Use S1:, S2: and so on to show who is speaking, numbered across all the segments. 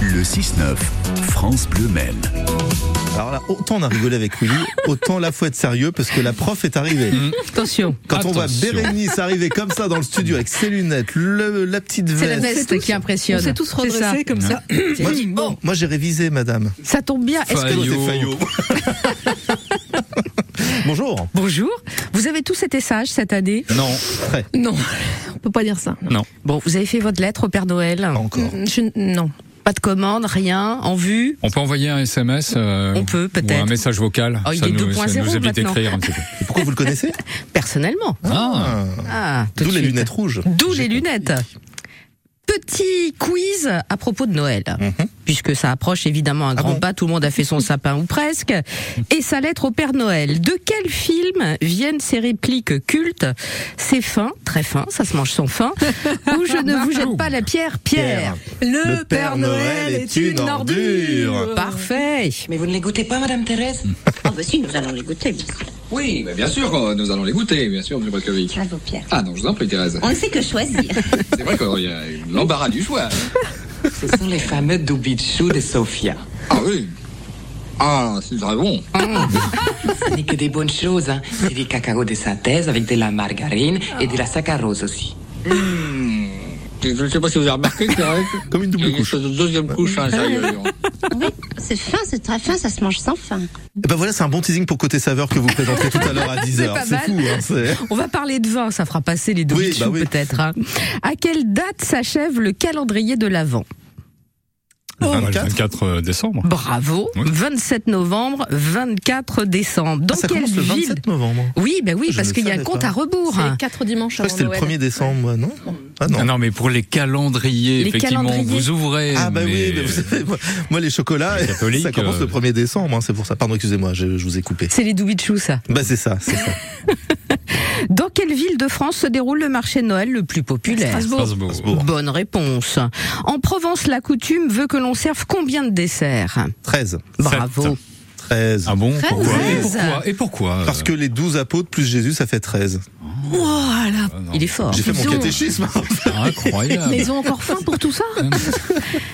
S1: Le 6-9, France Bleu Maine.
S2: Alors là, autant on a rigolé avec Willy, autant là faut être sérieux parce que la prof est arrivée.
S3: Attention.
S2: Quand on voit
S4: Mm. Attention.
S2: Bérénice arriver comme ça dans le studio avec ses lunettes, le- la petite
S3: C'est la
S2: veste.
S3: veste qui impressionne.
S5: On s'est tous
S3: C'est ça.
S5: redressés comme ça.
S2: Moi,
S3: Oui, bon.
S2: moi, j'ai révisé, madame.
S3: Ça tombe bien. Est-ce que...
S4: Oh. Faillot.
S2: Toi, t'es faillot. Bonjour.
S3: Bonjour. Vous avez tous été sages cette année
S4: Non,
S2: Très.
S3: Non, on peut pas dire ça.
S4: Non.
S3: Bon, vous avez fait votre lettre au Père Noël
S2: Encore.
S3: Je- Non. Pas de commande, rien, en vue.
S4: on peut envoyer un SMS. euh,
S3: On peut, peut-être.
S4: Ou un message vocal.
S3: Oh, il
S4: ça
S3: est
S4: nous,
S3: 2.0
S4: ça nous évite
S3: maintenant.
S4: d'écrire un petit peu.
S2: Et pourquoi vous le connaissez
S3: Personnellement.
S4: Ah,
S3: Ah, tout
S2: D'où
S3: de
S2: les
S3: suite.
S2: lunettes rouges.
S3: D'où les lunettes. Petit quiz à propos de Noël. Puisque ça approche évidemment un grand
S2: Mhm. Ah bon
S3: pas, tout le monde a fait son sapin ou presque. Et sa lettre au Père Noël. De quel film viennent ces répliques cultes C'est fin, très fin, ça se mange sans fin. ou je ne vous jette pas la pierre, Pierre.
S2: Le Père Noël est une ordure.
S3: Parfait.
S6: Mais vous ne les goûtez pas, Madame Thérèse
S7: Ah bah si, nous allons les goûter, bien sûr.
S8: Oui, mais bien sûr, euh, nous allons les goûter, bien sûr, M. Botkovic.
S7: Bravo, Pierre.
S8: Ah non, je vous en prie, Thérèse.
S7: On ne sait que choisir.
S8: C'est vrai qu'il y a l'embarras du choix.
S6: Ce sont les fameux Dubichou de Sofia.
S8: Ah oui. Ah, c'est très bon.
S6: Ce n'est que des bonnes choses, hein. C'est des cacao de synthèse avec de la margarine et de la saccharose aussi.
S8: Je je ne sais pas si vous avez remarqué, Thérèse.
S2: Comme une double
S8: Il y a
S2: couche.
S8: espèce de deuxième couche, hein, sérieux.
S7: Ah oui, c'est fin, c'est très fin, ça se mange sans fin.
S2: Et ben voilà, c'est un bon teasing pour côté saveur que vous présenterez tout à l'heure à 10h.
S3: pas
S2: C'est
S3: mal.
S2: fou, hein, c'est-
S3: On va parler de vin, ça fera passer les deux
S2: Oui,
S3: bichous,
S2: bah oui.
S3: peut-être. hein. À quelle date s'achève le calendrier de l'Avent
S4: Ah, bah, le
S2: 24.
S4: 24 décembre.
S3: Bravo,
S4: Oui.
S3: 27 novembre, 24 décembre. Dans
S2: Ah, ça
S3: quelle
S2: commence le
S3: ville
S2: 27 novembre.
S3: Oui, ben oui,
S2: Je
S3: parce
S2: ne
S3: qu'il y a
S2: savais
S3: un compte
S2: pas.
S3: à rebours.
S5: C'est les quatre dimanches
S2: Je crois que
S5: avant
S2: c'était le
S3: E.
S2: 1er
S5: Noël.
S2: décembre, moi, non Ah non.
S4: Ah non, mais pour les calendriers,
S3: Les
S4: effectivement,
S3: calendriers.
S4: vous ouvrez.
S2: Ah bah
S4: mais-
S2: oui, mais vous savez, moi, moi, les chocolats,
S4: Les catholiques,
S2: ça commence
S4: euh,
S2: le 1er décembre, hein, c'est pour ça. Pardon, excusez-moi, je, je vous ai coupé.
S3: C'est les Doubichous, ça.
S2: Bah c'est ça, c'est ça.
S3: Dans quelle ville de France se déroule le marché de Noël le plus populaire
S4: Strasbourg.
S2: Strasbourg.
S3: Bonne réponse. En Provence, la coutume veut que l'on serve combien de desserts
S2: 13.
S3: Bravo.
S2: 13.
S4: Ah bon
S3: Treize.
S4: Pourquoi Et
S3: Treize.
S4: pourquoi Et pourquoi euh,
S2: Parce que les 12 apôtres plus Jésus, ça fait 13.
S5: Voilà.
S4: ah non,
S3: Il est fort.
S2: Oh, J'ai fait mon
S5: Ils ont-
S2: catéchisme.
S4: c'est Incroyable.
S5: Mais ils ont encore faim pour tout ça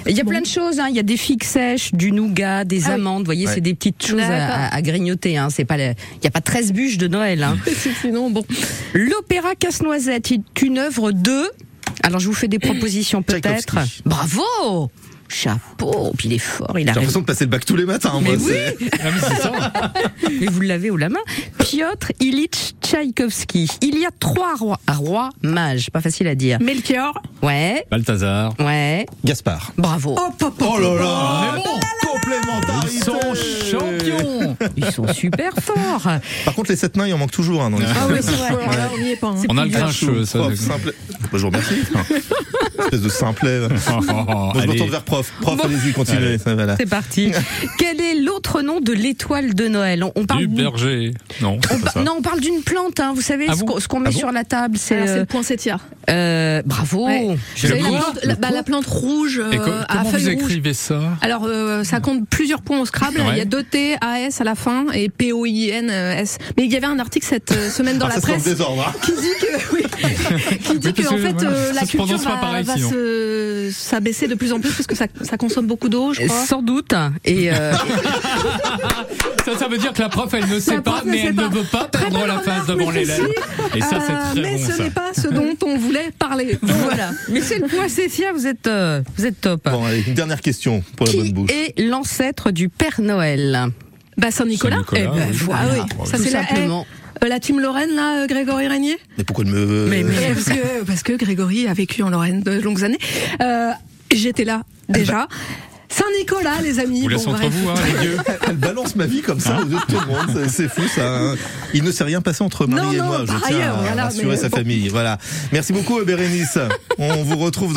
S3: Il y a plein de choses. hein. Il y a des figues sèches, du nougat, des
S5: Ah oui.
S3: amandes. Vous voyez, c'est des petites choses à,
S5: D'accord.
S3: à grignoter. Hein. C'est pas le- Il n'y a pas 13 bûches de Noël. Hein.
S5: Sinon, bon.
S3: L'opéra Casse-Noisette est une œuvre de. Alors je vous fais des propositions peut-être.
S2: Tchaïkovski.
S3: Bravo Chapeau Puis il est fort, il a
S2: J'ai
S3: raison.
S2: l'impression de passer le bac tous les matins.
S3: Mais
S2: moi,
S3: oui
S2: c'est-
S4: Ah, mais c'est ça.
S3: Mais vous l'avez ou la main. Piotr Ilitch Tchaïkovski. Il y a trois rois, rois mages, pas facile à dire.
S5: Melchior.
S3: Ouais,
S4: Balthazar.
S3: ouais,
S2: Gaspard.
S3: bravo.
S2: Oh là là
S4: mais bon.
S2: Complémentarité
S4: Ils sont champions.
S3: Euh, Ils sont super forts.
S2: Par contre, les 7 nains, il en manque toujours un dans les
S5: Ah oui, c'est vrai. Là, on n'y est pas. hein.
S4: On a le grincheux,
S2: Prof,
S4: Oh, ça. du coup.
S2: simple. Bah, je vous remercie. Espèce de simplet. Bon,
S4: Oh, oh, oh,
S2: je me
S4: allez.
S2: retourne vers prof. Prof, allez-y, continuez.
S4: Allez.
S2: Ça, voilà.
S3: C'est parti. Quel est l'autre nom de l'étoile de Noël on, on parle
S4: Du
S3: d'une-
S4: berger. Non, c'est pas ça.
S3: Non, on parle d'une plante, hein, vous savez,
S4: Ah
S3: ce
S4: bon
S3: qu'on- ce qu'on met
S4: Ah bon
S3: sur la table, c'est...
S5: Alors, C'est
S3: euh,
S5: le poinsettia.
S3: euh, bravo
S5: Ouais.
S4: Je
S5: Vous savez, la
S4: cours.
S5: plante, la, bah, la plante rouge euh,
S4: Et co-
S5: à
S4: comment vous
S5: feuilles rouges.
S4: écrivez ça
S5: Alors, euh, ça compte plusieurs points au Scrabble.
S4: Ouais.
S5: Il y a deux T, A, S à la fin et P, O, I, N, euh, S. Mais il y avait un article cette euh, semaine dans
S2: Ah,
S5: la
S2: ça se trouve
S5: presse
S2: désordre. hein.
S5: qui dit que, oui, qui dit
S4: Oui, parce
S5: que en
S4: que,
S5: fait,
S4: voilà,
S5: euh,
S4: ça
S5: la
S4: se
S5: culture
S4: prononce pas
S5: va,
S4: pareil,
S5: va
S4: sinon.
S5: se- s'abaisser de plus en plus parce que ça, ça consomme beaucoup d'eau, je crois.
S3: Sans doute. Et euh,
S4: Ça, ça veut dire que la prof, elle ne sait pas,
S5: prof ne
S4: mais
S5: sait
S4: elle
S5: pas.
S4: ne veut pas
S5: Très
S4: perdre
S5: bonne
S4: la face
S5: remarque,
S4: devant
S5: mais
S4: l'élève. Et ça, c'est
S5: Euh,
S4: très
S5: mais
S4: bon,
S5: ce
S4: ça.
S5: n'est pas ce dont on voulait parler.
S3: voilà. Mais c'est le point Cécia, vous êtes, euh, vous êtes top.
S2: Bon, allez, une dernière question pour la bonne
S3: Qui
S2: bouche.
S3: est l'ancêtre du Père Noël
S5: Bah Saint-Nicolas.
S4: Saint-Nicolas,
S5: Eh ben,
S4: oui.
S5: voilà.
S4: Ah oui.
S5: Ça
S3: Tout
S5: c'est la,
S3: simplement.
S5: eh, euh, la team Lorraine là, euh, Grégory Régnier.
S2: Mais pourquoi elle me.
S5: Eh,
S4: Euh,
S5: parce que parce que Grégory a vécu en Lorraine de longues années. Euh, J'étais là déjà. Saint-Nicolas, les amis.
S4: Eh ben. Vous
S5: Bon,
S4: laissez entre
S5: bref.
S4: vous, hein, les Hein yeux.
S2: Elle balance ma vie comme ça aux yeux de tout le monde. C'est- C'est fou, ça. hein. Il ne s'est rien passé entre Marie
S5: Non,
S2: et
S5: non,
S2: moi.
S5: par
S2: Je tiens
S5: ailleurs,
S2: à
S5: voilà,
S2: rassurer
S5: mais
S2: sa
S5: bon.
S2: famille. Voilà. Merci beaucoup, Bérénice. On vous retrouve